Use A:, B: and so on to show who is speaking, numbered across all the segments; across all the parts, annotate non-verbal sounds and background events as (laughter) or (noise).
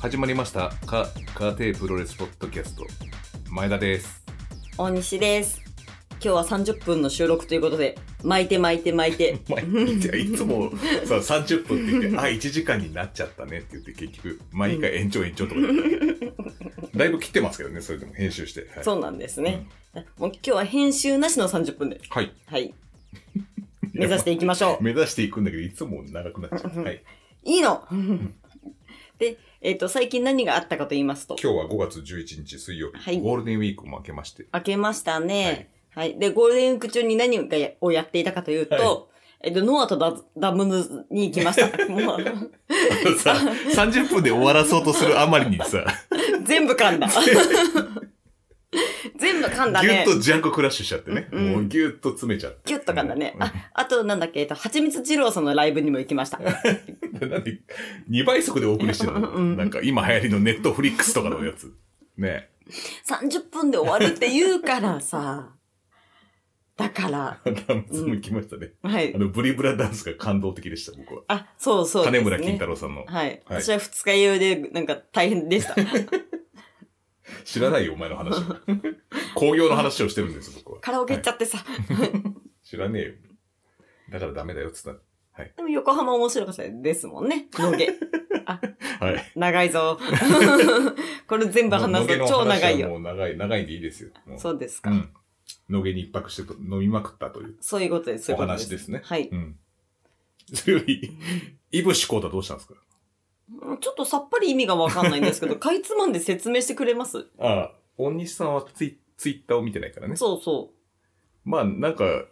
A: 始まりましたカカーテイプロレスポッドキャスト前田です
B: 大西です。今日は30分の収録ということで、巻いて巻いて巻い
A: (laughs)
B: て。
A: まあ、じゃあいつもさ30分って言 (laughs) ってあ1時間になっちゃったねって言って結局毎回延長延長とかだ (laughs) っただいぶ切ってますけどねそれでも編集してはい
B: そうなんですね。もう今日は編集なしの30分で。
A: はい
B: はい。目指していきましょう。
A: (laughs) 目指していくんだけどいつも長くなっちゃう、はい、
B: いい
A: (laughs)
B: ので、えっ、と、最近何があったかと言いますと、
A: 今日は5月11日水曜日、
B: はい
A: ゴールデンウィークも明けま
B: (laughs)
A: して
B: 明けましたね。はい、で、ゴールデンウィーク中に何がやをやっていたかというと、
A: は
B: えっと、ノアとダダムズに行きま
A: (laughs)
B: した。もう、
A: さ30分で終わらそうとするあまりにさ
B: 全部噛
A: (laughs)
B: んだ。全部噛んだ
A: ぎゅっ
B: ね。
A: とジャンククラッシュしちゃってね。
B: うん
A: もうぎゅっと詰めちゃって。
B: ギュッと噛んだね
A: う。ん
B: あ、あとなんだっけ、えっと、はちみつ二郎さんのライブにも行きました。
A: なんで、2倍速でお送りしてる
B: う
A: の
B: ん
A: なんか今流行りのネットフリックスとかのやつ。ね
B: 30分で終わるって言うからさ。だから、
A: ダンスも来ましたね。
B: はい
A: あ。の、ブリブラダンスが感動的でした、僕は。
B: あ、そうそうです、
A: 金
B: ね。
A: 村金太郎さんの。
B: はい。私は二日酔いで、なんか大変でした。
A: (laughs) 知らないよ、お前
B: (laughs)
A: の話。工業の話をしてるんです、僕は。
B: カラオケ行っちゃってさ。
A: 知らねえよ。だからダメだよ、つった
B: でも横浜面白かったですもんね。ロ
A: (laughs)
B: ケ。
A: はい。
B: 長い
A: (laughs)
B: ぞ。これ全部話す
A: 野毛
B: と
A: の
B: 超
A: 話
B: 長
A: はい
B: よ。
A: もう長い、長いんでいいですよ。もう
B: そうですか。
A: うん。野毛に一泊してと飲みまくったという。
B: そういうことです。そういうこと
A: お話ですね
B: はい。
A: うん。それより、イブシコータどうしたんですか
B: ちょっとさっぱり意味がわかんないんですけ
A: (laughs)
B: ど、かいつまんで説明してくれます
A: ああ、大西さんはツイツイッターを見てないからね。
B: そうそ
A: まあ、なんか、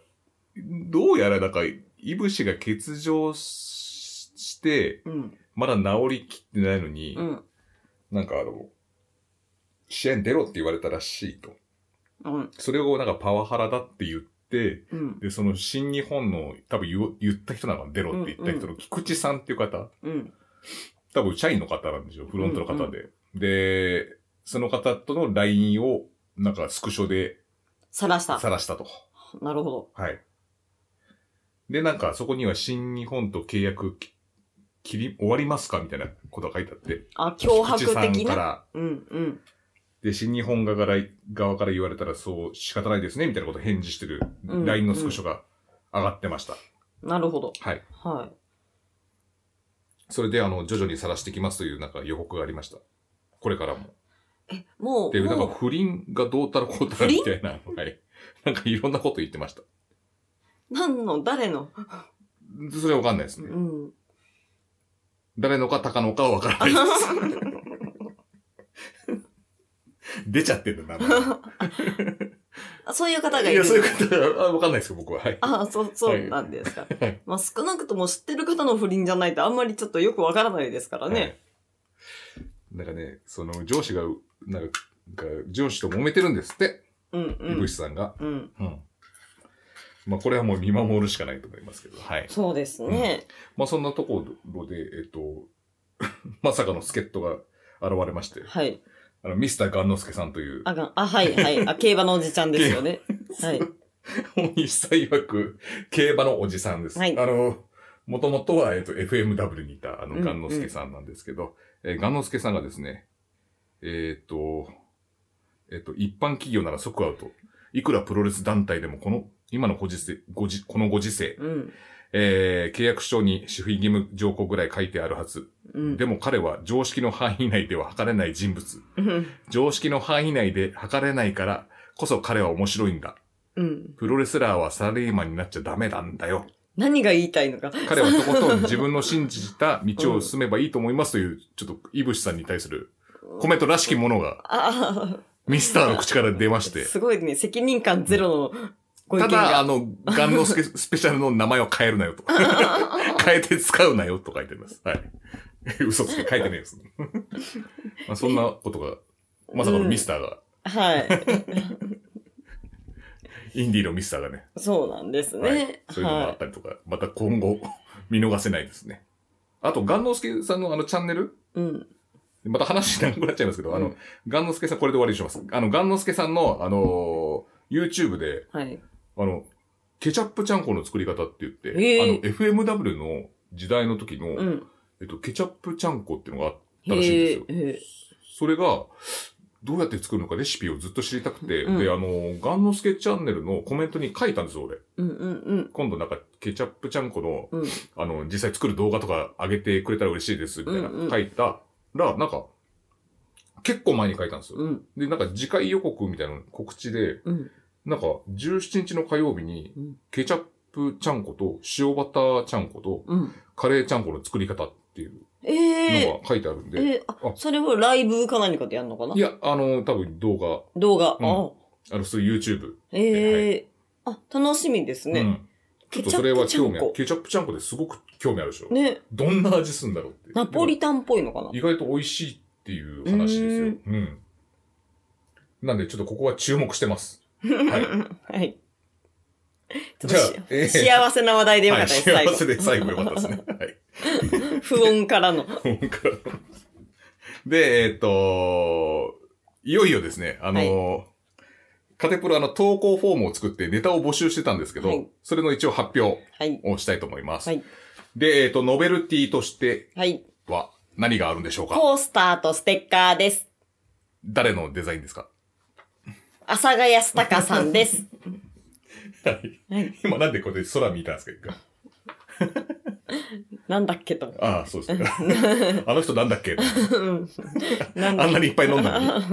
A: どうやら、なんか、いぶしが欠場しして、
B: う。うん。
A: まだ治りきってないのに、
B: うん。
A: なんかあの、試合に出ろって言われたらしいと。
B: うん。
A: それをなんかパワハラだって言って、
B: うん。
A: で、その新日本の、多分言お言った人なのかな出ろって言った人の菊池さんっていう方、
B: うん。
A: 多分社員の方なんでしょう、フロントの方で。で、その方との LINE を、なんかスクショで
B: さらした。
A: 晒したと。
B: なるほど。
A: はい。で、なんか、そこには新日本と契約き切り、終わりますかみたいなことが書いてあって。
B: あ、脅迫
A: 菊池さ
B: 的
A: ん
B: な。
A: から。
B: うん、うん。
A: で、新日本側から側から言われたら、そう、仕方ないですね、みたいなことを返事してる
B: うん
A: LINE のスクショが上がってました。
B: なるほど。
A: はい。
B: は
A: それで、あの、徐々に晒してきますという、なんか予告がありました。これからも。
B: い。え、もう、
A: で、なんか、
B: も
A: 不倫がどうたらこうたらみたいな、はい。 (laughs) なんか、いろんなこと言ってました。
B: う、何の、誰の、
A: それはわかんないです
B: う
A: ね。
B: ん。
A: 誰のか高のかはわからない
B: (laughs)
A: です。出ちゃってるんだ、名前
B: あ (laughs) そういう方がいる。
A: いや、そういう方はあわかんないですよ、僕は。はい。
B: あそう、そうなんですか。
A: はい
B: まあ、少なくとも知ってる方の不倫じゃないとあんまりちょっとよくわからないですからね。
A: はい。なんかね、その上司が、なんか、なんか上司と揉めてるんですって、
B: うん、う
A: いぶ
B: ん
A: し。さんが。
B: うん。
A: うん。まあ、これはもう見守るしかないと思いますけど。はい。
B: そうですね。
A: まあ、そんなところで、えっと、 (laughs) まさかの助っ人が現れまして、
B: はい。
A: あの、ミスターガンノスケさんという、
B: あがん、あ、はい、はい。あ、競馬のおじちゃんですよ
A: (laughs)
B: ね。はい。
A: 大西さん曰く、競馬のおじさんです。
B: はい
A: あの、もともとは、えっと、FMW にいた、あ
B: うんう
A: の、
B: ん
A: ガンノスケさんなんですけど、えーガンノスケさんがですね、えーっと、えっと、一般企業なら即アウト。いくらプロレス団体でも、この、今のご時世、ごじ、このご時世、
B: うん。
A: えー契約書に守秘義務条項ぐらい書いてあるはず。
B: うん。
A: でも彼は常識の範囲内では測れない人物。
B: うん。
A: 常識の範囲内で測れないから、こそ彼は面白いんだ。
B: うん。
A: プロレスラーはサラリーマンになっちゃダメなんだよ。
B: 何が言いたいのか。
A: 彼はとことん自分の信じた道を進めばいいと思いますという、ちょっと、いぶしさんに対するコメントらしきものが、
B: あ
A: ミスターの口から出まし
B: あ、
A: て。
B: すごいね。責任感ゼロのご意
A: た
B: 見
A: だ、あ
B: が。
A: の、ガンノスケ (laughs) スペシャルの名前は変えるなよと。変えて使うなよと書いてあります。はい。 (laughs) 嘘つけ、書いてない (laughs) です。まあそんなことが、まさかのミスターが、
B: (laughs) はい。
A: インディーのミスターがね、
B: そうなんです
A: はい
B: ね。
A: そういうのがあっ
B: は
A: たりとか、また今後、見逃せないですね。あと、ガンノスケさんのあのチャンネル
B: い。うん。
A: また話長くなっちゃいますけど、あ
B: う
A: の
B: ん、
A: ガンノスケさん、これで終わりにします。あの、ガンノスケさんの、あのー YouTube で、
B: はい。
A: あの、ケチャップちゃんこの作り方って言って、
B: へー
A: あの、FMW の時代の時の、
B: うん。
A: えっと、ケチャップちゃんこっていうのがあっらしいんですよ
B: へえへえ
A: それが、どうやって作るのかレシピをずっと知りたくて、
B: うん
A: で、あの、ガンノスケチャンネルのコメントに書いたんですよ、俺。
B: うんうん
A: 今度なんか、ケチャップちゃんこの、
B: うん。うん。
A: あの、実際作る動画とか上げてくれたら嬉しいです、みたいな、
B: うんうん
A: 書いたら、なんか、結構前に書いたんですよ。
B: うん。
A: で、なんか次回予告みたいなの告知で、
B: うん。
A: なんか、17日の火曜日に
B: うん、
A: ケチャップちゃんこと、塩バターちゃんこと、
B: うん。
A: カレーちゃんこの作り方っていう
B: ええ
A: のが書いてあるん
B: え
A: で、
B: えあ、それをライブか何かでやるのかない
A: や、あの、多分動画、
B: 動画。
A: うん
B: あ、
A: あの、そういう YouTube。
B: ええあ、楽しみです
A: う
B: ね。
A: ん。ちょっとそれは興味ある。
B: ケ
A: ケチャップちゃんこですごく興味あるでしょ。
B: ね、
A: どんな味すんだろうって。
B: ナポリタンっぽいのかな
A: でも意外と美味しいっていう話ですよ。
B: う
A: うん。なんで、ちょっとここは注目してます。
B: (laughs) はい。はい。ちょっ
A: じ
B: と
A: ゃあ
B: し、
A: えー
B: 幸せな話題でよかったです、
A: はい、
B: 最
A: 幸せ
B: 後。
A: で最後よかったですね。はい。
B: 不穏からの。
A: 今回は (laughs) で、えーっと、いよいよですね、あのカテプロあの投稿フォームを作ってネタを募集してたんですけど、
B: はい
A: それの一応発表
B: はい。
A: をしたいと思います。
B: はい。
A: で、えっ、と、ノベルティとして
B: はい。
A: は何があるんでしょうか
B: コースターとステッカーです。
A: 誰のデザインですか
B: 阿佐ヶ谷隆さん
A: (laughs)
B: です。
A: はい。
B: はい。
A: 今なんでこれで空見たんですか
B: なんだっけと。
A: ああ、そうですか。 (laughs) あの人なんだっけ
B: なん
A: あ
B: だ
A: んなにいっぱい飲ん
B: (laughs)
A: だのに。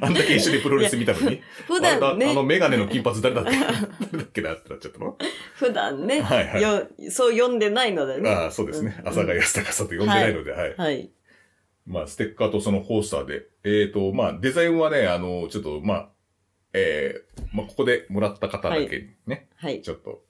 A: あんだけ一緒にプロレス見たのに。
B: 普
A: あれだ
B: 段
A: あの
B: ね、
A: メガネの金髪誰だ
B: (laughs)
A: っけ誰だっけなってなっちゃったの
B: 普段ね、
A: はいはい
B: よそう読んでないのでね。
A: ああ、そうですね。
B: うん
A: 阿佐ヶ谷隆さんと呼んでないので、はい。
B: はい。
A: まあ、ステッカーとそのホースターで。えっ、と、まあ、デザインはね、あの、ちょっと、まあ、ええまあ、ここでもらった方だけにね、
B: はい。
A: ちょっと、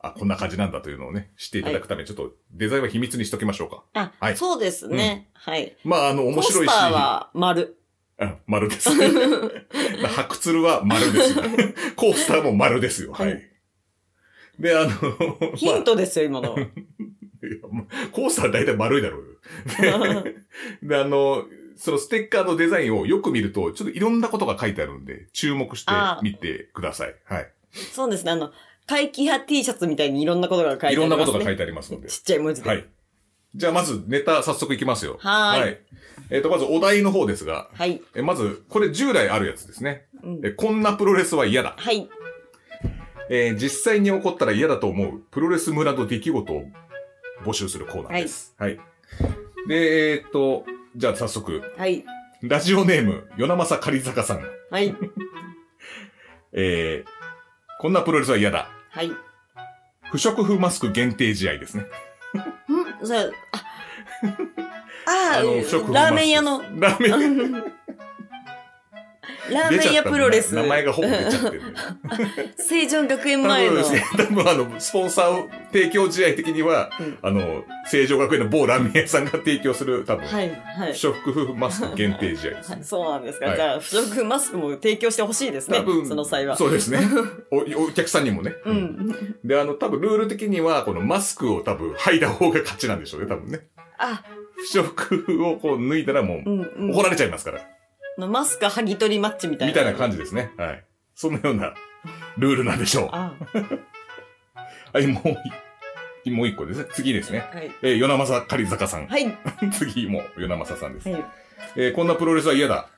A: あ、こんな感じなんだというのをね、知っていただくために、ちょっとデザインは秘密にしときましょうか。
B: あ、
A: はい
B: そうですね。はい。
A: まあ、あの、面白
B: コー
A: いし、
B: スターは
A: (laughs)
B: 丸。
A: うん
B: (laughs)
A: 丸です。白鶴は丸です。コースターも丸ですよ。は
B: はいい。
A: で、あの、
B: ヒントですよ、今
A: (laughs)
B: のは。
A: まあいやコースターは大体
B: (laughs)
A: 丸いだろうよ。で、であの、そのステッカーのデザインをよく見ると、ちょっといろんなことが書いてあるんで、注目して見てください。はい。
B: そうですね、あの、怪奇派 T シャツみたいにいろんなことが書いてあり
A: い
B: ます、
A: ろ
B: ね。
A: んなことが書いてありますので。
B: ちっちゃい文字で。
A: はい。じゃあまずネタ早速いきますよ。
B: はーい
A: えっ、と、まずお題の方ですが、
B: はい。
A: えまず、これ従来あるやつですね。
B: うん
A: えこんなプロレスは嫌だ。
B: はい。
A: えー実際に起こったら嫌だと思うプロレス村の出来事を募集するコーナーです。はい。で、えっ、と、じゃあ早速、
B: はい。
A: ラジオネーム、与那政狩坂さん。
B: はい。
A: えー、こんなプロレスは嫌だ。
B: はい。
A: 不織布マスク限定試合ですね。
B: んそれ、あ、あ
A: あの不織
B: ー、
A: 布マスク
B: ラーメン屋
A: (laughs)
B: の、
A: ラーメン
B: ラーメン屋プロレス。
A: 出ちゃった名前がほぼ出ちゃっ
B: (laughs)
A: てる、ね。
B: 成城学園
A: 多
B: 前の
A: 分、。多分あの、スポンサーを提供試合的には、
B: うん
A: あの、成城学園の某ラーメン屋さんが提供する、多分、
B: はい、はい
A: 不。織布マスク限定試合です
B: は
A: ね
B: い。 (laughs) そうなんですか。
A: はい
B: じゃあ、不織布マスクも提供してほしいですね
A: 多。分、
B: その際は。
A: そうですね。お、お客さんにもね。
B: う。ん。
A: で、あの、多分、ルール的には、このマスクを多分、剥いだ方が勝ちなんでしょうね、多分ね。
B: あ、
A: 不織布をこう、脱いだらも
B: う
A: う、
B: ん、うん
A: 怒。られちゃいますから。
B: あのマスク剥ぎ取りマッチみたいな。
A: みたいな感じですね。はい。そのような、ルールなんでしょ
B: あ、
A: う。はい、もうい、もう一個ですね。次ですね。
B: はい。
A: えー、与那政狩坂さん。 (laughs)
B: はい。
A: 次も、与那政さんです。
B: はい。
A: えーこんなプロレスは嫌だ。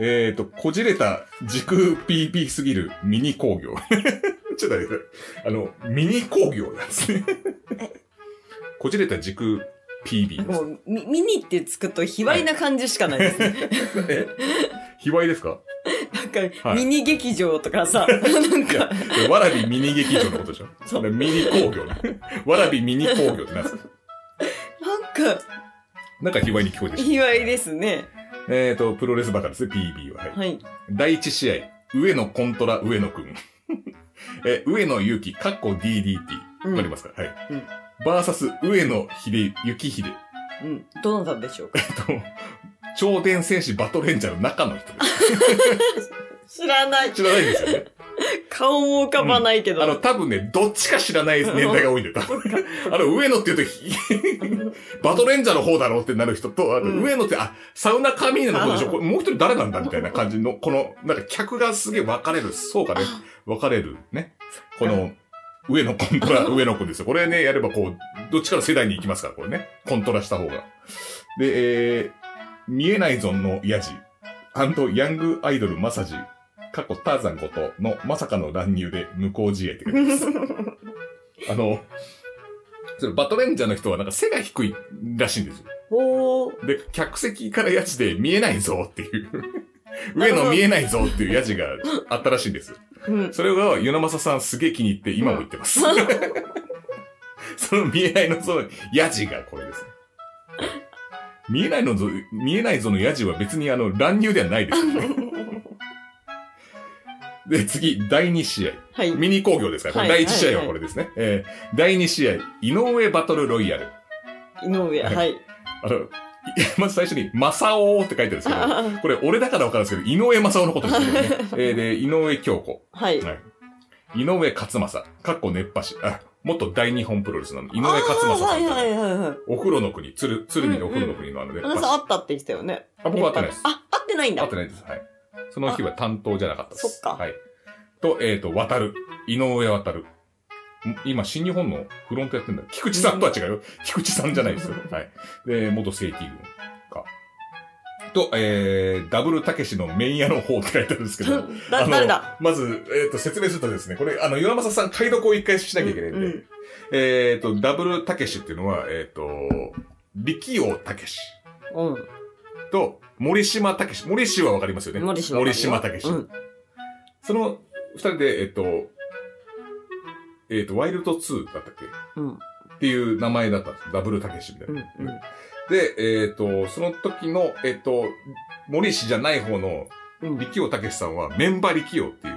A: えっ、と、こじれた時空 PP すぎるミニ工業。 (laughs) ちょっと待ってください。あの、ミニ工業なんですね。 (laughs) こじれた時空 PB で
B: も
A: す。
B: う、ミミニってつくと、卑猥な感じしかないですね。
A: (laughs) え卑猥ですか
B: なんか、
A: はい
B: ミニ劇場とかさ、なん
A: いや
B: か、、
A: これわらびミニ劇場のことでしょ。
B: そう
A: ミニ工業ね。わらびミニ工業ってなんですか
B: なんか、
A: なんか卑猥に聞こえてしま
B: 卑猥ですね。
A: う。えっ、と、プロレスばかりですね、PB は。はい
B: はい。
A: 第一試合、上野コントラ上野くん。え、上野ゆき、かっこ DDT。
B: うん
A: わかりますか、はい。
B: うん
A: バーサス、上野秀、ゆき秀。
B: うん。どなたでしょうか
A: えっと超伝戦士バトレンジャーの中の人です。
B: 知らない。
A: 知らないですよ
B: (laughs)
A: ね。
B: 顔も浮かばないけど。
A: あの、多分ね、どっちか知らない年代が多いんだよ、多
B: (laughs)
A: 分。あの、上野って言うとひ、バトレンジャーの方だろうってなる人と、あと
B: うん
A: 上野って、あ、サウナカミーナの方でしょ、これもう一人誰なんだみたいな
B: (laughs)
A: 感じの、この、なんか客がすげえ分かれる、そうかね、分かれるね。この、上野コントラ、上野くんですよ。これね、やればこう、どっちかの世代に行きますから、これね。コントラした方が。で、えー、見えないぞんのヤジ、ヤングアイドルマサジ、過去ターザンことのまさかの乱入で無効自衛って書いてます。
B: (laughs)
A: あの、それバトレンジャーの人はなんか背が低いらしいんですよ。
B: ほう。
A: で、客席からヤジで見えないぞっ
B: (laughs)
A: ていう。上の見えないぞっていうヤジがあったらしいんです。 (laughs)
B: うん。
A: それを与那正さんすげえ気に入って今も言ってます。 (laughs) その見えないのぞ、ヤジがこれですね。見えないのぞ、見えないぞのヤジは別にあの乱入ではないですよね。 (laughs) で、次、第2試合。
B: はい。
A: ミニ工業ですから、これ
B: はい
A: 第1試合はこれですね。えー第2試合、井上バトルロイヤル。
B: 井上、はい。
A: あの、い (laughs) まず最初に、正雄って書いてるんですけど、
B: あ
A: これ俺だからわかるんですけど、井上正雄のことですよ
B: (laughs)
A: ね。えーで、井上京子。
B: ーはい。
A: はい。井上勝正、かっこ熱波師、あ、元大日本プロレスなの、井上勝正
B: あ
A: さ
B: ーはいは
A: ん。
B: いはいはい。
A: お風呂の国、鶴、鶴見のお風呂の国のあの熱
B: 花田
A: 波師。
B: さん、
A: あ、
B: あったって言ってたよね。
A: 僕は会ってないです。
B: あ、会ってないんだ。
A: 会ってないです。はい。その日は担当じゃなかったです。
B: そっか
A: はい。と、えっ、と、渡る。井上渡る。ん今、新日本のフロントやってんだ。菊池さんとは違うよ。菊池さんじゃない
B: (laughs)
A: ですよ。はい。で、元正規軍か。と、えー、ダブルたけしの麺屋の方って書いてあるんですけど。あ
B: (laughs) だ、
A: の
B: 誰だ
A: まず、えっ、と、説明するとですね、これ、あの、岩正さん、解読を一回しなきゃいけないんで、
B: うんうん
A: えっ、と、ダブルたけしっていうのは、えっ、と、力王たけし
B: うん。
A: と、森島たけし。森氏はわかりますよね。
B: 森島。
A: たけし。
B: うん。
A: その、二人で、えっ、と、えっ、と、ワイルド2だったっけ
B: うん。
A: っていう名前だったんです。ダブルたけしみたいな。
B: うん。うん
A: で、えっ、と、その時の、えっ、と、森氏じゃない方の
B: うん。
A: 力王たけしさんは、メンバ力王っていう、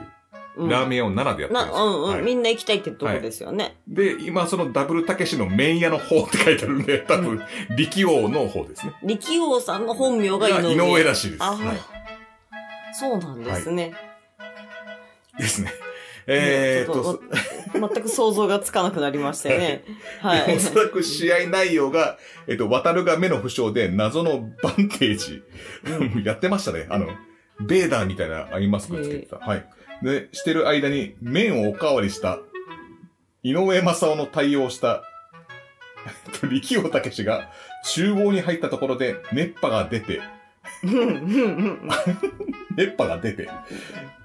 B: うん
A: ラーメン屋を7でやってるんです
B: な、
A: よ
B: うん
A: は
B: う
A: い
B: ん。みんな行きたいってとこですよね。
A: で、今そのダブルたけしの麺屋の方って書いてあるんで、多分、力王の方ですね。
B: 力王さんの本名が
A: が
B: 井上。
A: 井上らしいです。
B: あ
A: は
B: あ。そうなんですね。
A: い。ですね。えーっ
B: ちょ
A: と
B: っ、と、全く想像がつかなくなりましたよね。はい。
A: (laughs) おそらく試合内容が、えっと、渡るが目の負傷で謎のバンテージ。 (laughs) やってましたね。あの、ベーダーみたいなアイマスクつけてた。はい。で、してる間に麺をおかわりした、井上正雄の対応した、 (laughs) えっと力夫武士が厨房に入ったところで熱波が出て、
B: うんうん
A: 熱波が出て、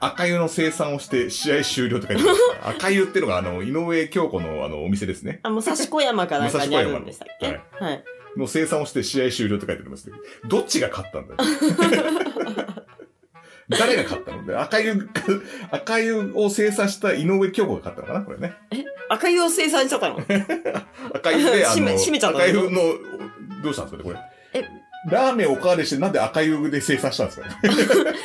A: 赤湯の生産をして試合終了って書いてます。赤湯ってのが、あの、井上京子のあの、お店ですね。
B: あ、武蔵小山かなんかにあるんでしたっけ
A: 武
B: はい。
A: の生産をして試合終了って書いてありますけど、どっちが勝ったんだよ。 (laughs) 誰が勝ったので赤湯、赤湯を生産した井上京子が勝ったのかなこれね。
B: 赤湯を生産しちゃったの
A: 赤湯で、あ
B: (laughs) 閉
A: の、
B: め閉めちゃったの
A: 赤湯の、どうしたんですかねこれ。
B: え
A: ラーメンおかわりして、なんで赤湯で生産したんですかね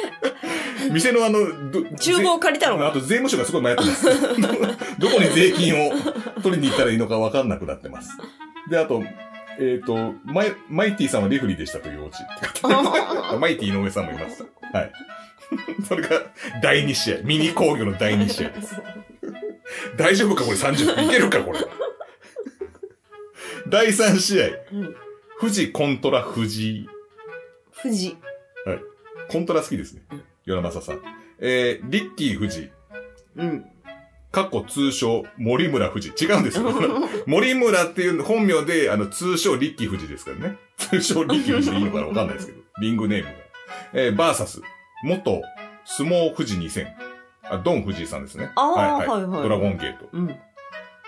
A: (laughs) 店のあの、ど
B: 厨房を借りたの
A: (laughs) あと税務署がすごい迷ってます。どこに税金を取りに行ったらいいのか分かんなくなってます。で、あと、えっ、とマイ、マイティさんはレフェリーでしたというオチって書いてあるマイティ井上さんもいました。はい。 (laughs) それが第2試合。ミニ工業の第2試合です。大丈夫かこれ30分。いけるかこれ。 (laughs) 第3試合。
B: うん
A: 富士コントラ藤井。
B: 富士。
A: コントラ好きですね
B: うん。
A: 与那正さん。えー、リッキー藤井。
B: うん。
A: 過去通称森村富士。違うんですよ。森村っていう本名で、あの、通称リッキー富士ですからね。通称リッキー富士でいいのかなわかんないですけど。リングネームが。えー、バーサス、元、相撲富士2000。あ、ドン藤井さんですね。
B: (laughs) あーはいはい
A: ドラゴンゲート。
B: うん。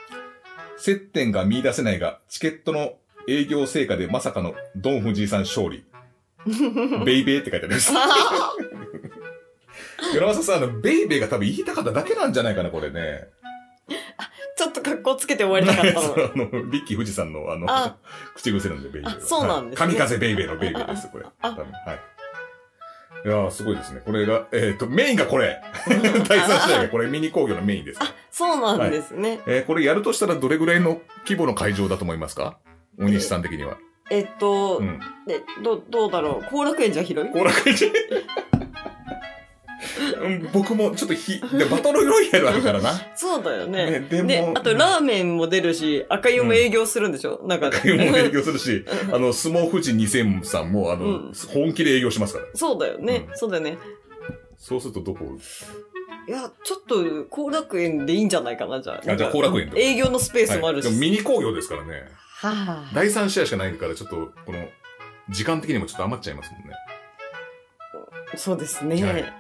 B: (laughs)
A: 接点が見出せないが、チケットの営業成果でまさかのドン藤井さん勝
B: (laughs)
A: 利。ベイベーって書いてあります。与那正さん、あの、ベイベーが多分言いたかっただけなんじゃないかな、これね。
B: ちょっと格好つけて終わりたかったの。
A: そう (laughs) あの、リッキー富士山の、あの、
B: あ
A: (laughs) 口癖なんで、ベイベーは。
B: あそうなんですね
A: はい神風ベイベーのベイベーです、これ。
B: あ
A: 多分はい。いやー、すごいですね。これが、えっ、と、メインがこれ。第3試合がこれ、ミニ工業のメインです。
B: そうなんですね。
A: えーこれやるとしたらどれぐらいの規模の会場だと思いますか大西さん的には。
B: えっと
A: う、ん。
B: で、ど、どうだろう。後楽園じゃ広い
A: 後楽園じゃ (laughs) うん僕もちょっとひ、でバトルロイヤルあるからな。
B: そうだよ (laughs) ね。
A: ねでも
B: で、あとラーメンも出るし、赤湯も営業するんでしょなんか。
A: (laughs) もう営業するし、あの、相撲富士2000さんも、あの、
B: うん
A: 本気で営業しますから。
B: (laughs) そうだよね。
A: う
B: そうだよね。
A: そうするとどこ
B: いや、ちょっと、後楽園でいいんじゃないかな、じゃあ。
A: あじゃあ後楽園で
B: 営業のスペースもあるし。
A: はいでもミニ工業ですからね。
B: はあ。
A: 第3試合しかないから、ちょっと、この、時間的にもちょっと余っちゃいますもんね。
B: そうですね。
A: はい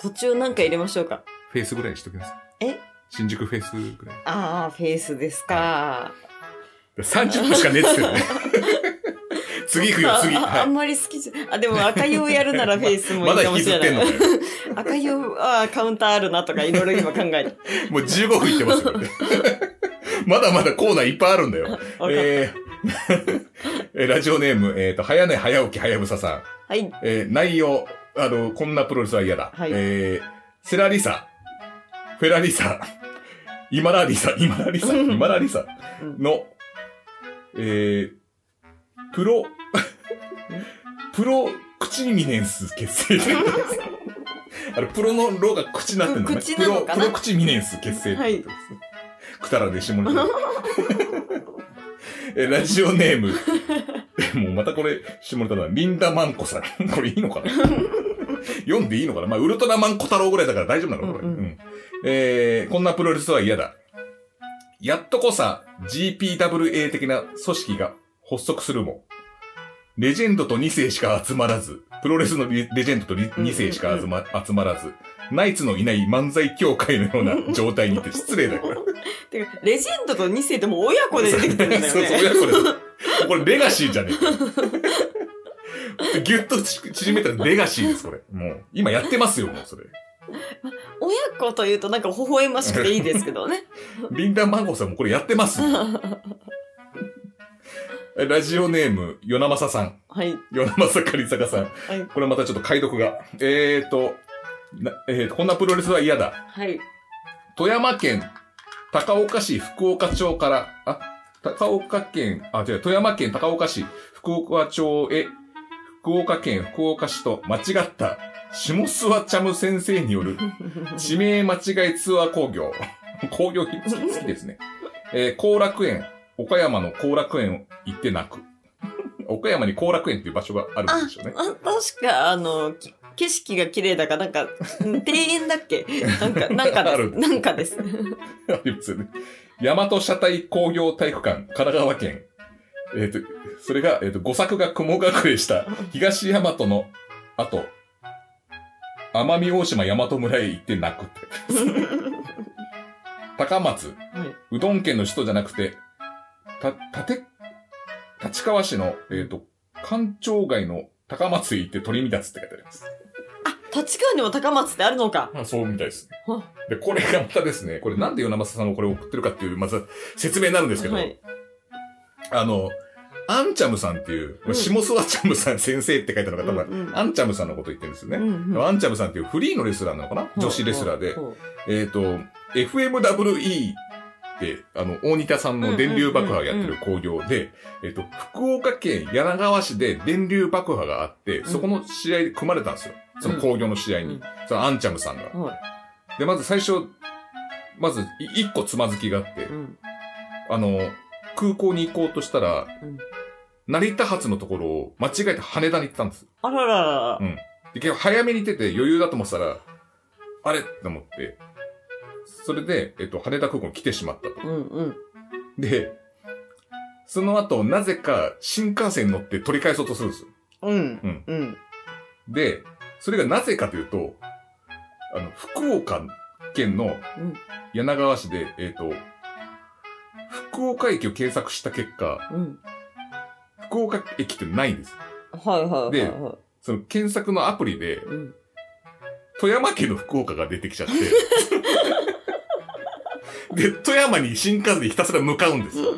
B: 途中なんか入れましょうか。
A: フェイスぐらいにしときます。
B: え
A: 新宿フェイスぐらい。
B: ああ、フェイスですか。
A: 30分しかねえっつってん
B: (laughs)
A: のね。次行くよ、次。
B: あああ
A: は
B: んまり好きじゃ、あ、でも赤湯をやるならフェイス
A: い。
B: もい
A: ま
B: い
A: だ
B: か
A: 引
B: も
A: き
B: し
A: ず
B: れ
A: っ
B: な
A: てんの
B: い。
A: これ。
B: 赤湯、ああ、カウンターあるなとか、いろいろ今考
A: (laughs)
B: えて。
A: もう15分いってますよ、 (laughs) これまだまだコーナーいっぱいあるんだよ。
B: わかった
A: えー (laughs) えラジオネーム、えっ、と、早寝早起き早ぶささん。
B: はい。
A: えー内容、あの、こんなプロレスは嫌だ。
B: はい
A: えーセラリサ、フェラリサ、イマラリサ、イマラリサ、イマラリサ
B: うん
A: の、えープロ、 (laughs) プロ、口にミネンス結
B: (laughs)
A: 成。あれ、プロのロが口になってるのね。
B: 口なのかな
A: プロ、プロ口ミネンス結成ってことですね。くだらでしもね。 (laughs) え、ラジオネーム。え (laughs) もうまたこれ、下ネタだな。リンダマンコさん。 (laughs) これいいのかな読んでいいのかなまあ、ウルトラマンコ太郎ぐらいだから大丈夫なのこれ。
B: う
A: うんん、
B: うん
A: えー、こんなプロレスは嫌だ。やっとこさ、GPWA 的な組織が発足するも、レジェンドと2世しか集まらず、プロレスのレレジェンドと2世しか集ま,、集まらず、ナイツのいない漫才協会のような状態にって失礼だよ、これ。
B: てか、レジェンドと2世でも親子で出てきてるんだよ
A: そうそう、
B: ね。
A: 親子です。これレガシーじゃねえか。ぎゅっとち縮めたらレガシーです、これ。もう、今やってますよ、もうそれ。
B: 親子というとなんか微笑ましくていいですけど
A: (laughs)
B: ね。
A: リンダ・マンゴーさんもこれやってます。ラジオネーム、ヨナマサさん。
B: はい。
A: ヨナマサカリサカさん。
B: はい。
A: これまたちょっと解読が。えーと、なえーと、こんなプロレスは嫌だ。 (laughs)
B: はい。
A: 富山県、高岡市福岡町から、あ、高岡県、あ、違う、富山県高岡市福岡町へ、福岡県福岡市と間違った、下諏訪チャム先生による、地名間違いツアー工業。 (laughs) 工業好き好きですね。えー、後楽園、岡山の後楽園行って泣く。岡山に後楽園っていう場所があるんでしょうね。
B: あ確か、あの、き景色が綺麗だか、なん
A: (laughs)
B: か、ん庭園だっけなんか、なんかで
A: ある
B: す。なんか
A: (laughs)
B: です。
A: ありますよね。大和車体工業体育館、神奈川県。えっ、と、それが、えっ、と、五作が雲隠れした、東大和の後、奄美大島大和村へ行って泣くって。高松、
B: はい。
A: うどん県の首都じゃなくて、た、たて、立川市の、えっ、と、官庁街の高松へ行って取り乱すって書いてあります。
B: あ、立川にも高松ってあるのか。
A: あそうみたいですね
B: は。
A: で、これがまたですね、これなんで与那政さんがこれを送ってるかっていう、まず説明になるんですけど、
B: はい。
A: あの、アンチャムさんっていう、
B: うん
A: 下諏訪チャムさん先生って書いてあるのが多分、
B: うんうん
A: アンチャムさんのこと言ってるんですよね。
B: うんうん
A: アンチャムさんっていうフリーのレスラーなのかな、女子レスラーで。えっ、と、FMWE って、あの、大仁田さんの電流爆破をやってる工業で、えっ、と、福岡県柳川市で電流爆破があって、そこの試合で組まれたんですよ。その工業の試合に。
B: うん
A: そのアンチャムさんが。
B: は
A: で、まず最初、まずい一個つまずきがあって
B: い。う、ん。
A: あの、空港に行こうとしたら、
B: うん
A: 成田発のところを間違えて羽田に行ったんです。
B: あららら
A: うんで、結構早めに出て余裕だと思ってたら、あれって思って、それで、えっと、羽田空港に来てしまったと。
B: ら。うんうん。
A: で、その後、なぜか新幹線に乗って取り返そうとするんですよ。
B: うん。うん。
A: で、それがなぜかというと、あの、福岡県の
B: うん
A: 柳川市で、えっ、と、福岡駅を検索した結果、
B: うん。
A: 福岡駅ってないんです。
B: はいはいはい、はい。
A: でその検索のアプリで、
B: うん、
A: 富山県の福岡が出てきち
B: (laughs)
A: ゃって。で、富山に新幹線でひたすら向かうんですよ。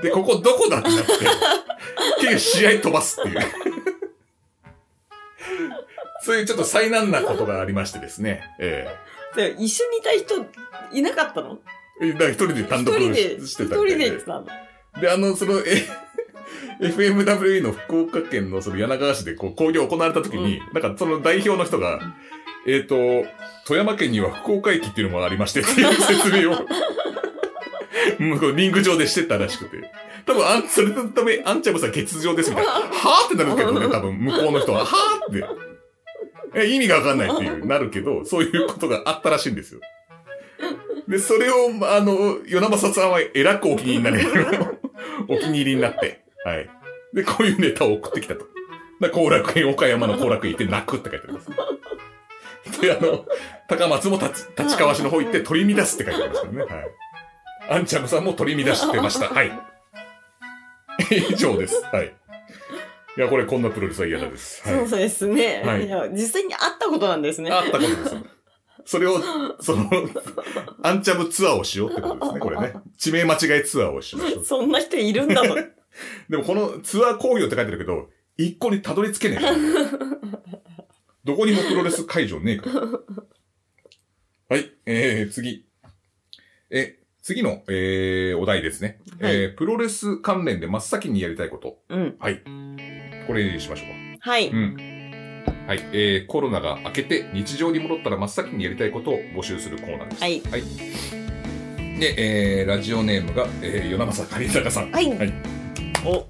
A: で、ここどこだってなって、結局試合飛ばすっていう。 (laughs) そういうちょっと災難なことがありましてですね。え
B: で一緒にいた人いなかったの
A: えだから一人で単
B: 一
A: 独
B: 人で、
A: し
B: 一
A: てた
B: 人
A: みたい
B: で行ってたの。
A: で、あの、その、え、FMWE の福岡県のその柳川市でこう、工業行われた時に、なんかその代表の人が、えっ、と、富山県には福岡駅っていうのもありましてっていう説明 (laughs) を、もうこうリング上でしてたらしくて。多分あん、それのため、アンチャムさん欠場ですみたいな。はぁってなるけどね、多分、向こうの人は。はぁって。え、意味がわかんないっていう、なるけど、そういうことがあったらしいんですよ。で、それを、まあ (laughs) の、与那正さんはえらくお気に入りになる。お気に入りになって。はい。で、こういうネタを送ってきたと。だ後楽園、岡山の後楽園行って泣くって書いてあります。で、あの、高松も立ち立川市の方行って取り乱すって書いてありますからね。はい。アンチャムさんも取り乱してました。はい。以上です。はい。いや、これこんなプロレスは嫌だです。はい。
B: そうですね。
A: はい
B: いや実際にあったことなんですね。
A: あったことです。それを、その、アンチャムツアーをしようってことですね、これね。地名間違いツアーをしましょう。
B: そんな人いるんだ
A: (laughs)
B: と。
A: でもこのツアー工業って書いてるけど、一個にたどり着けねえから。どこにもプロレス会場ねえから。はい、えー、次。え、次の、えー、お題ですね。
B: はい
A: えー、プロレス関連で真っ先にやりたいこと。
B: うん。
A: はい。これにしましょうか。
B: はい。
A: うん。はい、えー、コロナが明けて日常に戻ったら真っ先にやりたいことを募集するコーナーです。
B: はい
A: で、えー、ラジオネームが、えー、与那政兼高さん。
B: はい。
A: はい
B: お、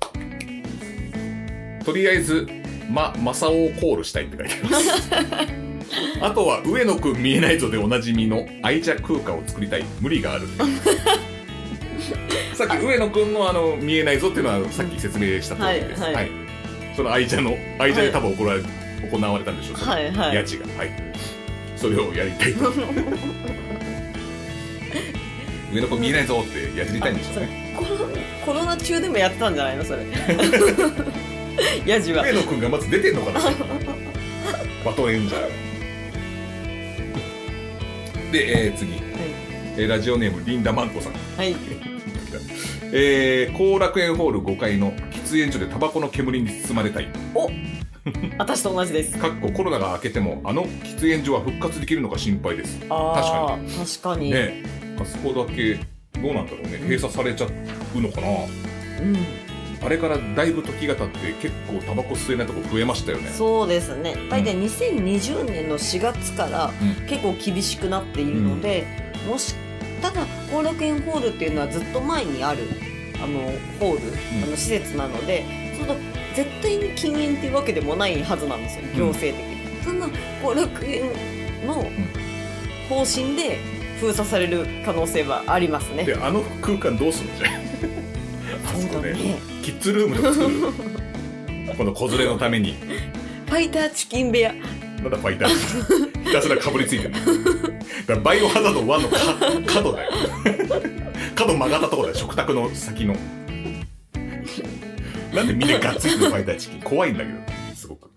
A: とりあえず、ま、正雄をコールしたいって書いてあ
B: (laughs)
A: ります。あとは、上野くん見えないぞでおなじみの愛着空間を作りたい。無理が
B: (laughs)
A: ある。さっき上野くんのあの、見えないぞっていうのはさっき説明した通りです。
B: はいはい
A: その愛着の、愛着で多分行われ、行われたんでしょう。その
B: はいは
A: 家
B: い。
A: 賃がはいそれをやりたいと上の子見えないぞってやりたいんでしょうね
B: コロコロナ中でもやってたんじゃないの
A: (laughs)
B: それ。ヤジは
A: 上。野くんがまず出てんのかなバトンエンジャーで、えー、次、えーラジオネームリンダマンコさん
B: はい。
A: えー、後楽園ホール5階の喫煙所でタバコの煙に包まれたい
B: 私と同じです。
A: かっこコロナが明けてもあの喫煙所は復活できるのか心配です
B: ああ、確かに。
A: ねえあそこだけどうなんだろうね閉鎖されちゃうのかなあれからだいぶ時が経って結構タバコ吸えないとこ増えましたよ
B: う
A: ね
B: ん。。そうですね。大体2020年の4月から
A: うん
B: 結構厳しくなっているので、もしただ後楽園ホールっていうのはずっと前にあるあのホール、
A: うん
B: あの施設なのでその絶対に禁煙っていうわけでもないはずなんですよ
A: ん
B: 行政的に、そんな後楽園の方針で封鎖される可能性はありますね
A: で、あの空間どうするんじゃん。あそこ
B: そうだ
A: で、
B: ね
A: キッズルームとか作る。この子連れのために、
B: ファイターチキン部屋
A: まだファイターひたすらかぶりついてる。だからバイオハザード1のか角だよ。角曲がったとこだよ、食卓の先の。なんでみんながっついてるファイターチキン怖いんだけど、すごく。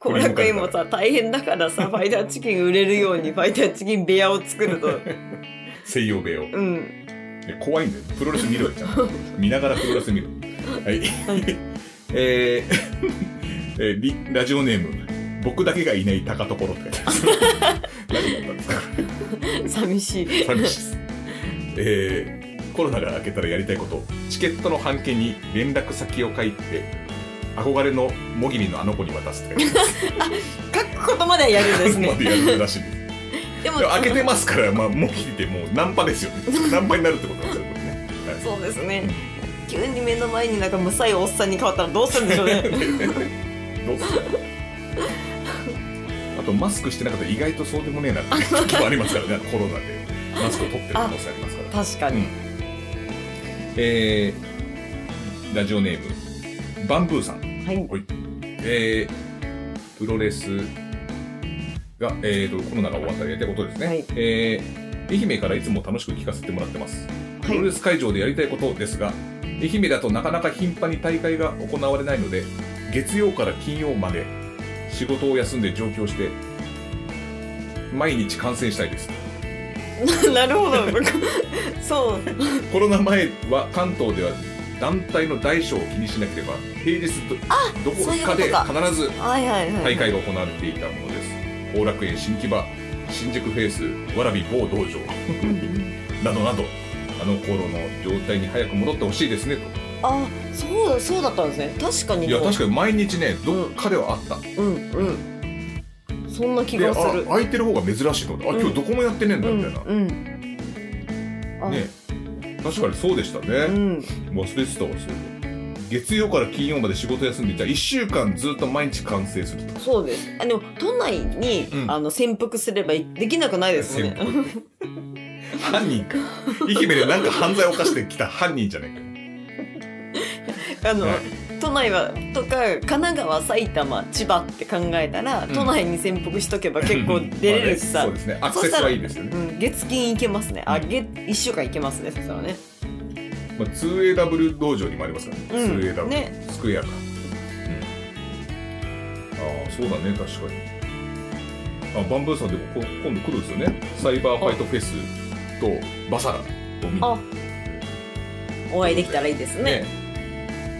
B: 後楽園もさ大変だから
A: (laughs)
B: さファイターチキン売れるようにファイターチキン部屋を作ると
A: 西洋部屋を。
B: うん
A: いや怖いんだよプロレス見ろよちゃんと見ながらプロレス見ろはい (laughs) えーえーリラジオネーム僕だけがいない高所って書いてあります何だったんで
B: 寂しい
A: すか寂しいですえーコロナが明けたらやりたいことチケットの半券に連絡先を書いて憧れのもぎりのあの子に渡すって書いてあ
B: 書くことまではやるんで
A: り
B: すね
A: までやるらしいです
B: でも
A: でも開けてますから、まあ、もぎりってもうナンパですよねナンパになるってことなんですよこれね、はい
B: そうですね急に目の前になんかむさいおっさんに変わったらどうするんでしょうね
A: どうする (laughs) あとマスクしてなかったら意外とそうでもねえなっていう時もありますからねあのコロナでマスクを取ってる可能性ありますから、
B: 確か
A: う
B: に
A: んえーラジオネームバンブーさん
B: はい (laughs)
A: えープロレスが、えーとコロナが終わったらやりたいことですね、
B: はい
A: えー愛媛からいつも楽しく聞かせてもらってますプロレス会場でやりたいことですが、愛媛だとなかなか頻繁に大会が行われないので月曜から金曜まで仕事を休んで上京して毎日観戦したいです
B: はいなるほどそう
A: コロナ前は関東では団体の大小を気にしなければ平日どどこ
B: そういうこ
A: か
B: と
A: で
B: か
A: 必ず
B: はいはいはい
A: 大会が行われていたものです後楽園新木場新宿フェイスわらび某道場 (laughs)
B: うんうん
A: などなどあの頃の状態に早く戻ってほしいですねと
B: あそうだそうだったんですね確かに
A: いや
B: こう
A: 確かに毎日ねどっかではあった、
B: うんうんそんな気
A: であ
B: がする
A: 空いてる方が珍しいのであ
B: うん
A: 今日どこもやってねえんだみたいな、
B: うんうんあ
A: ね確かにそうでした
B: う
A: ね、
B: ん
A: 忘れてたわそれ月曜から金曜まで仕事休んでじゃあ1週間ずっと毎日完成する
B: そうです。あでも都内に、
A: うん
B: あの潜伏すればいできなくないですよね。
A: 潜犯人
B: (laughs)
A: か愛媛でなんか犯罪を犯してきた犯人じゃない
B: (laughs)
A: か
B: あの、
A: はい
B: 都内はとか神奈川埼玉千葉って考えたら、
A: ん
B: 都内に潜伏しとけば結構出れるし
A: まあ
B: さ、
A: ねそうですね。アクセスはいいですよ
B: う
A: ね。
B: ん、月金行けますねあ
A: うん
B: 月1週間行けますねそしたらね
A: まあ、2AW 道場にもありますからね。
B: うん
A: 2AW。
B: ね
A: スクエアか。うん。ああ、そうだね、確かに。あ、バンブーさんでもこ今度来るんですよね。サイバーファイトフェスとバサラを見に。
B: あお会いできたらいいですね
A: ね。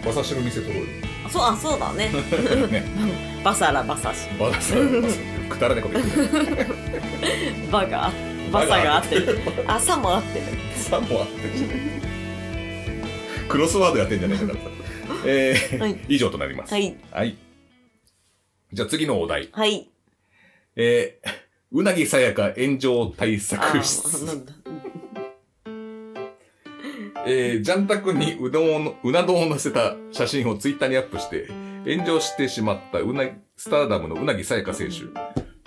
A: 私の店取ろうよ。
B: あそうあそうだね
A: (laughs) ね。
B: (laughs) バサラバサシ
A: バサラ、バサラくだらないこと言ってる。
B: バがバサが合ってる朝も合ってる
A: さもあってるしクロスワードやってんじゃねえかだから。えー
B: はい
A: 以上となります。
B: は。い
A: じゃあ次のお題。
B: はい
A: えー、 (laughs) うなぎさやか炎上対
B: あ
A: 策
B: ーな
A: 室。
B: んだ
A: えー、ジャンタクにうどんをの、うな丼を乗せた写真をツイッターにアップして、炎上してしまったうなぎ、スターダムのうなぎさやか選手。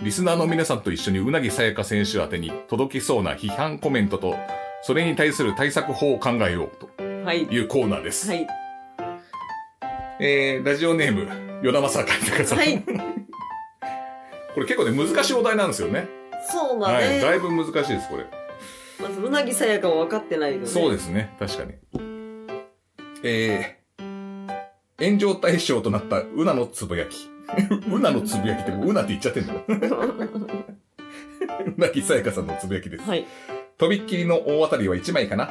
A: リスナーの皆さんと一緒にうなぎさやか選手宛てに届きそうな批判コメントと、それに対する対策法を考えようと
B: はい
A: いうコーナーです。
B: はい
A: えー、ラジオネーム、与田正明さんから。
B: はい
A: これ結構ね、難しいお題なんですよね。
B: そうだ
A: はい。
B: ね、
A: だいぶ難しいです、これ。
B: まずうなぎさやかは分かってないよね
A: そう
B: で
A: ですね、確かに。えー、炎上対象となったうなのつぶやき。 (laughs) うなのつぶやきって、うなって言っちゃってんだよ。 (laughs)
B: (laughs)
A: うなぎさやかさんのつぶやきです。
B: はい
A: とびっきりの大当たりは1枚かな。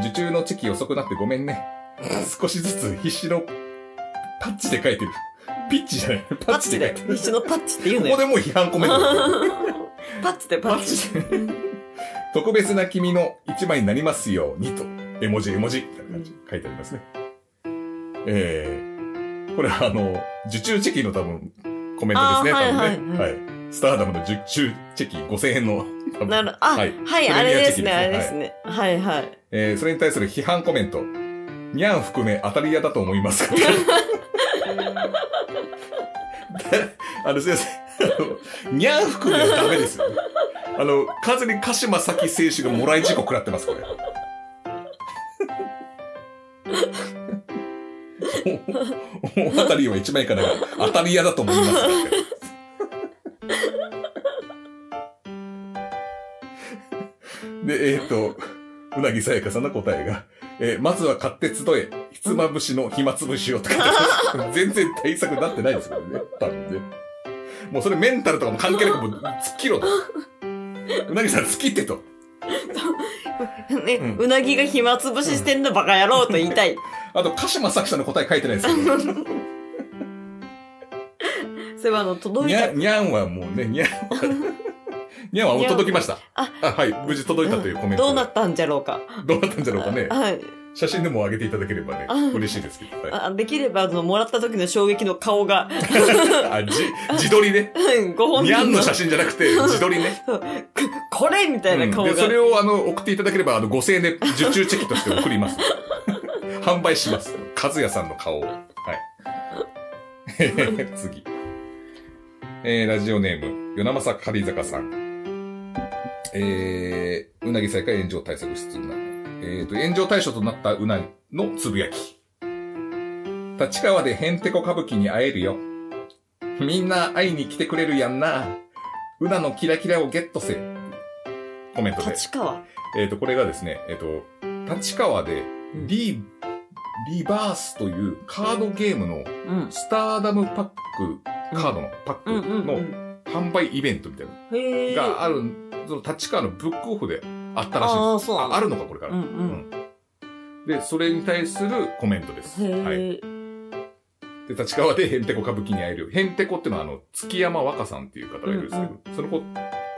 A: 受注の時期遅くなってごめんね。少しずつ必死のパッチで書いてる。ピッチじゃない。パ
B: パ
A: ッ
B: ッ
A: チ
B: チ
A: で書い
B: で
A: てる。
B: 一緒のパッチって言う
A: こ
B: の
A: こ
B: よ
A: でもう批判コメントだよ。
B: (laughs) パッチでパッチ
A: パ特別な君の一枚になりますようにと、絵文字絵文字、みたいな感じ、書いてありますね。えー、これはあの、受注チェキの多分、コメントです
B: あー
A: ね、多
B: はい
A: 分ね。
B: はい
A: はい。スターダムの受注チェキ5000円の、多分
B: なるあ
A: は
B: はいい、
A: プレミア
B: あれですね
A: チェ
B: あ
A: キ
B: れ
A: で
B: ですす
A: ね
B: ねはいはい
A: えー、それに対する批判コメント。にゃん含め当たり屋だと思いますかあの、すいません。あの、にゃん含めはダメですよ。あの、完全に鹿島咲選手がもらい事故食らってます、これ。大当たりは一枚からが当たり屋だと思いますかで、えっ、と、うなぎさやかさんの答えが、えーまずは買って集え、ひつまぶしの暇つぶしをとかっ
B: (laughs)
A: てます全然対策になってないですけどね、多分ね。もうそれメンタルとかも関係なく、もう、突っ切ろと。うなぎさん、突っ切ってと。
B: ね、
A: うん
B: うなぎが暇つぶししてんのバカ野郎と言いたい。
A: あと、鹿島咲さんの答え書いてないですけど、
B: (laughs) それはあの、届い
A: にゃ
B: た。
A: にゃんはもうね、にゃん (laughs) は、にゃんはもう届きました。
B: あ
A: あ、はい、無事届いたというコメント。
B: どうなったんじゃろうか。
A: どうなったんじゃろうかね。
B: はい。
A: 写真でも上げていただければね
B: あ、
A: 嬉しいですけど。はい
B: あできれば、あの、もらった時の衝撃の顔が、 (laughs)
A: あ、じ、自撮りね。
B: ご (laughs) 本
A: にゃ
B: 人
A: ん
B: の
A: の、写真じゃなくて、自撮りね。
B: これみたいな顔
A: う
B: が。
A: んでそれをあの送っていただければあの5000円で受注チェキとして送ります (laughs) 販売します和也さんの顔をはい (laughs) 次えー、ラジオネーム与那政狩坂さんえー、うなぎ再開炎上対策室うなえー、と炎上対象となったうなぎのつぶやき立川でへんてこ歌舞伎に会えるよみんな会いに来てくれるやんなうなのキラキラをゲットせコメントで
B: 立川。
A: えっ、と、これがですね、えっ、と、立川でリ、リバースというカードゲームの
B: うん。
A: スターダムパック、カードのパッ
B: うんうん
A: ク
B: う
A: の
B: ん。
A: 販売イベントみたいな
B: へえ。
A: のがある、その立川のブックオフであったらし
B: あ
A: いで
B: あ、そ
A: す。
B: うなん
A: あ、
B: だ
A: あるのか、これから
B: う。ん
A: で、それに対するコメントです。
B: うん。
A: はい。で、
B: へえ。
A: 立川でヘ (laughs) ンテコ歌舞伎に会える。ヘンテコってのは、あの、月山若さんっていう方がいるんですけど、その子、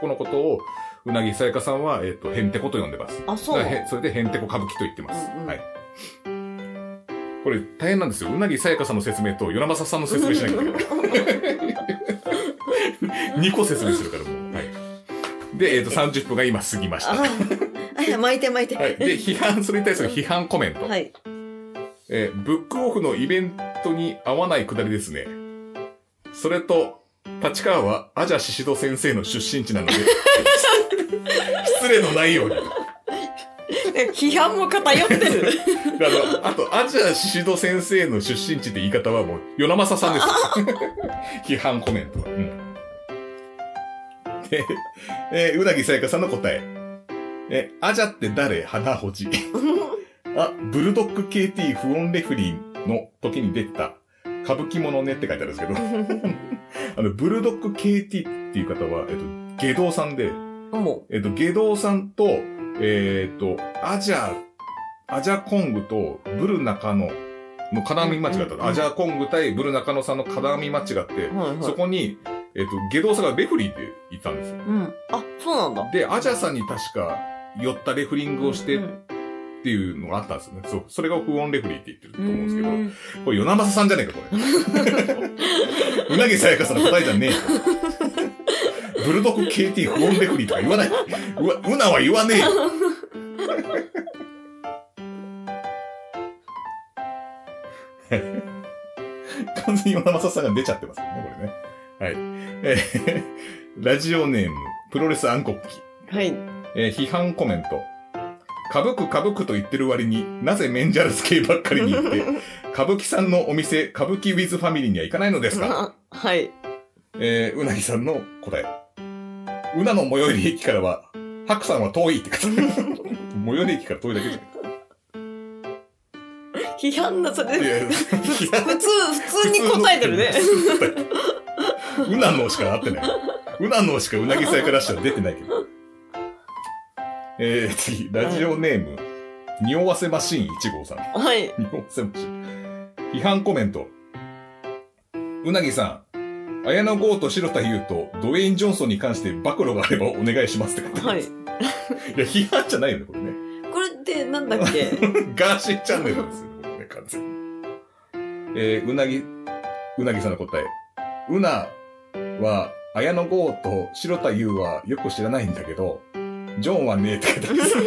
A: このことを、うなぎさやかさんは、えっ、と、ヘンテコと呼んでます。
B: あ、そう
A: だ
B: な
A: から
B: ん
A: へそれでへんてこ歌舞伎と言ってます。
B: うんうん
A: はい。これ大変なんですよ。うなぎさやかさんの説明と、与那正さんの説明しなきゃいけない。2個 (laughs) 説明するからもう。はい。で、えっ、と、30分が今過ぎました。
B: あ
A: は
B: あいや、巻いて巻いて。
A: い。で、批判、それに対する批判コメント。
B: はい。
A: えーブックオフのイベントに合わないくだりですね。それと、立川はアジャシシド先生の出身地なので、失礼のないように。
B: え批判も偏ってる。
A: だから、あと、アジア宍戸先生の出身地って言い方はもう、与那政さんです。批判コメントは。うん。で、えーうなぎさやかさんの答え。え、アジャって誰花ほじ。あ、ブルドック KT 不穏レフェリーの時に出てた、歌舞伎ものねって書いてあるんですけど、 (laughs) あの、ブルドック KT っていう方は、えっと、下道さんで、
B: も
A: えっと、ゲドウさんと、えーっと、アジャ、アジャコングとブル中野の絡み間違った、
B: うんうん
A: アジャコング対ブル中野さんの絡み間違って
B: う、、はいはい
A: そこに、えっと、ゲドウさんがレフェリーって言ったんですよ。
B: うん。あ、そうなんだ。
A: で、アジャさんに確か寄ったレフリングをしてっていうのがあったんですよね。そう。それが不穏レフェリーって言ってると思うんですけど、
B: ん
A: これ、与那政さんじゃねえか、これ。 (laughs) うなぎさやかさんの答えじゃねえよ。ブルドック KT 不穏レフリーとか言わない。うわ、うなは言わねえよ。完全に与那政さんが出ちゃってますよね、これね。はい。えーラジオネーム、プロレス暗黒期。
B: はい。
A: えー批判コメント。歌舞伎歌舞伎と言ってる割になぜメンジャラス系ばっかりに行って、歌舞伎さんのお店、歌舞伎ウィズファミリーには行かないのですか
B: (laughs) はい。
A: えーうなぎさんの答え。うなの最寄り駅からは、白さんは遠いって書いてあ (laughs) る最寄り駅から遠いだけじ
B: 批判なさ
A: ゃん。 (laughs) い
B: れ
A: やいや、いや
B: 普通、普通に答えてる
A: (laughs)
B: ね。
A: うなのしか合ってない。うなのしかうなぎさやからしか出てないけど。えー、次、ラジオネーム、匂わせマシーン1号さん。
B: はい。
A: (laughs) 日本戦士。批判コメント。うなぎさん、綾野剛と白田優とドウェイン・ジョンソンに関して暴露があればお願いしますって書いてあ
B: は
A: る
B: い。
A: いや、批判じゃないよね、これね。
B: これってなんだっけ
A: (laughs) ガーシーチャンネルですよ、これね、完全に。えー、うなぎ、うなぎさんの答え。うなは、綾野剛と白田優はよく知らないんだけど、ジョンはねえって書いてあるんですよ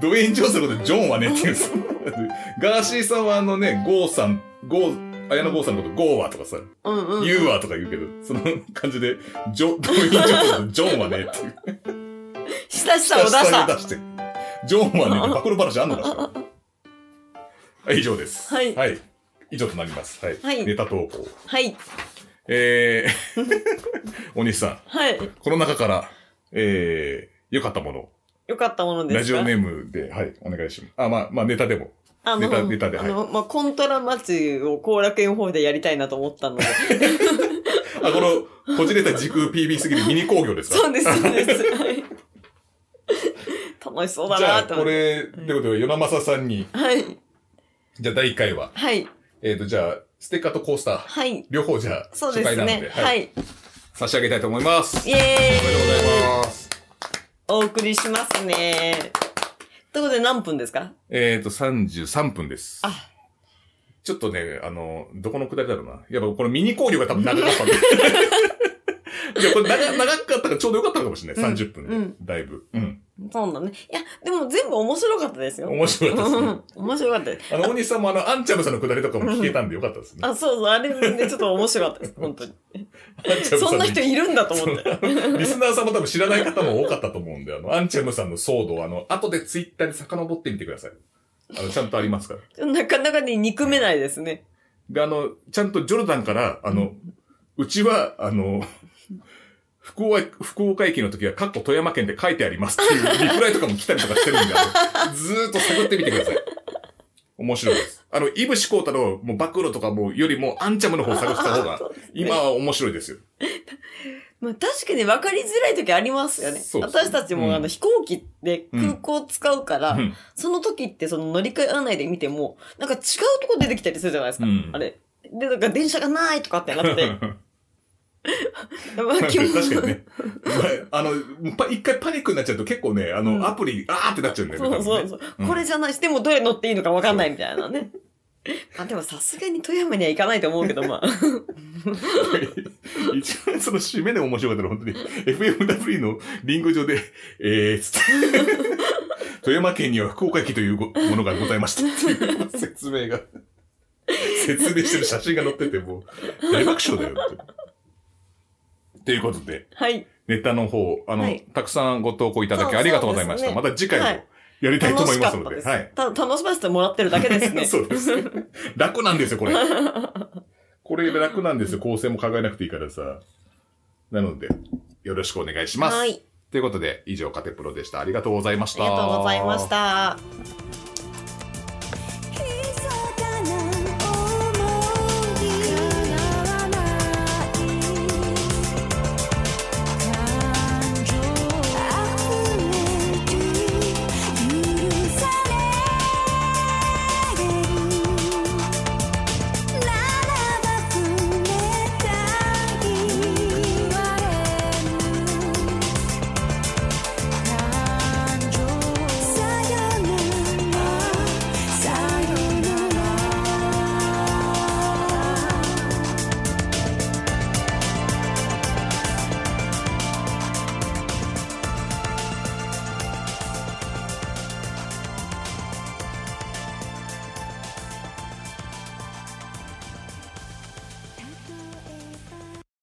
A: ドウェイン・ジョンソンのことジョンはねえって言うんですよ。ガーシーさんはあのね、ゴーさん、ゴー、綾野剛さんのことゴーはとかさ、
B: うんうん。
A: ユーはとか言うけど、その感じで、ジョ、ドウェイン・ジョンソンのことジョンはねえっていう。
B: 下下を出した。
A: 出して。ジョンはね、暴露話あんのかしら。はい以上です。
B: はい
A: はい。以上となります。はい。
B: はい
A: ネタ投稿。
B: はい。
A: え
B: (laughs)
A: ー、お西さん、
B: はい。
A: この中から、えー、良かったもの、
B: よかったものですか
A: ラジオネームで、はい、お願いします。あ、まあ、まあ、ネタでも。
B: あ
A: ネタネタではい
B: あの、まあ、コントラマッチを後楽園ホールでやりたいなと思ったので。
A: あ、この、こじれた
B: (laughs)
A: 時空 PB すぎるミニ工業ですか
B: そうです、そうです。
A: (laughs)
B: はい (laughs) 楽しそうだ
A: じゃ
B: な
A: あ、
B: って思
A: こ
B: って。
A: れ、ということで、与那正さんに、
B: はい。
A: じゃあ、第1回は、
B: はい。
A: えっ、ー、と、じゃあ、ステッカーとコースター、
B: はい。
A: 両方じゃあ、
B: そう
A: 初
B: で
A: 回
B: す
A: なので、
B: ね。はい。
A: 差し上げたいと思います。
B: イエ
A: おめでとうござ
B: ーイ
A: います。
B: お送りしますね。ということで何分ですか
A: えっ、ー、と、33分です。
B: あ
A: ちょっとね、あの、どこのくだりだろうな。やっぱこのミニ考慮が多分長かった
B: (laughs)
A: んで。いや、これ長長かったからちょうどよかったのかもしれない。
B: うん
A: 30分で、
B: うん
A: だいぶ。うん。
B: そうだね。いや、でも全部面白かったですよ。
A: 面白かったですね。
B: うん (laughs) 面白かったです。
A: あの、大西さんもあの、アンチャムさんのくだりとかも聞けたんでよかったですね。
B: あ、そうそう、あれでちょっと面白かった
A: (laughs)
B: です、本当に。
A: アンチャムさ
B: そんな
A: に
B: 人いるんだと思って。
A: リスナーさんも多分知らない方も多かったと思うんで、あの、アンチャムさんの騒動、あの、後でツイッターで遡ってみてください。あの、ちゃんとありますから。
B: なかなかね、憎めないですね。
A: で、あの、ちゃんとジョルダンから、あの、うちは、あの、福岡、福岡駅の時は、かっこ富山県で書いてありますっていうリプライとかも来たりとかしてるんで、あのずーっと探ってみてください。面白いです。あの、イブシコータの、もう、暴露とかも、よりも、アンチャムの方を探した方が、今は面白いですよ。
B: まあ確かに分かりづらい時ありますよね。
A: そうですね
B: 私たちも、
A: うん
B: あの飛行機で空港使うから、
A: うん
B: その時ってその乗り換え案内で見ても、なんか違うとこ出てきたりするじゃないですか。
A: うん
B: あれ。で、なんか電車がないとかってな
A: (laughs)
B: って。
A: 確
B: ま (laughs) あ気も
A: かにね。まああの、パ一回パニックになっちゃうと結構ね、あ
B: う
A: の、
B: ん
A: アプリ、あーってなっちゃうんだよ
B: そ
A: ね。
B: うそう
A: 多分ね
B: そう。
A: うん
B: これじゃないし、でもどれ乗っていいのか分かんないみたいなね。あでもさすがに富山には行かないと思うけど、
A: (laughs)
B: まあ。
A: 一番その締めで面白かったのは本当に FMW のリング上で、えー、つって。富山県には福岡駅というごものがございましたっていう説明が。説明してる写真が載ってて、もう大爆笑だよ本当に。ということで、
B: はい。
A: ネタの方、あの、
B: はい
A: たくさんご投稿いただ
B: そう
A: き
B: そう
A: ありがとうございました。
B: ですね
A: また次回も、
B: はい
A: やりたいと
B: 楽
A: 思い
B: し
A: ま
B: か
A: す
B: っ
A: の
B: た
A: で。
B: です。
A: はい。
B: た楽しませてもらってるだけですね。
A: (laughs) そうです。楽なんですよ、こ (laughs) れ。これ楽なんですよ。構成も考えなくていいからさ。なので、よろしくお願いします。
B: はい。
A: ということで、以上、カテプロでした。ありがとうございまし
B: あ
A: た。
B: りがとうございました。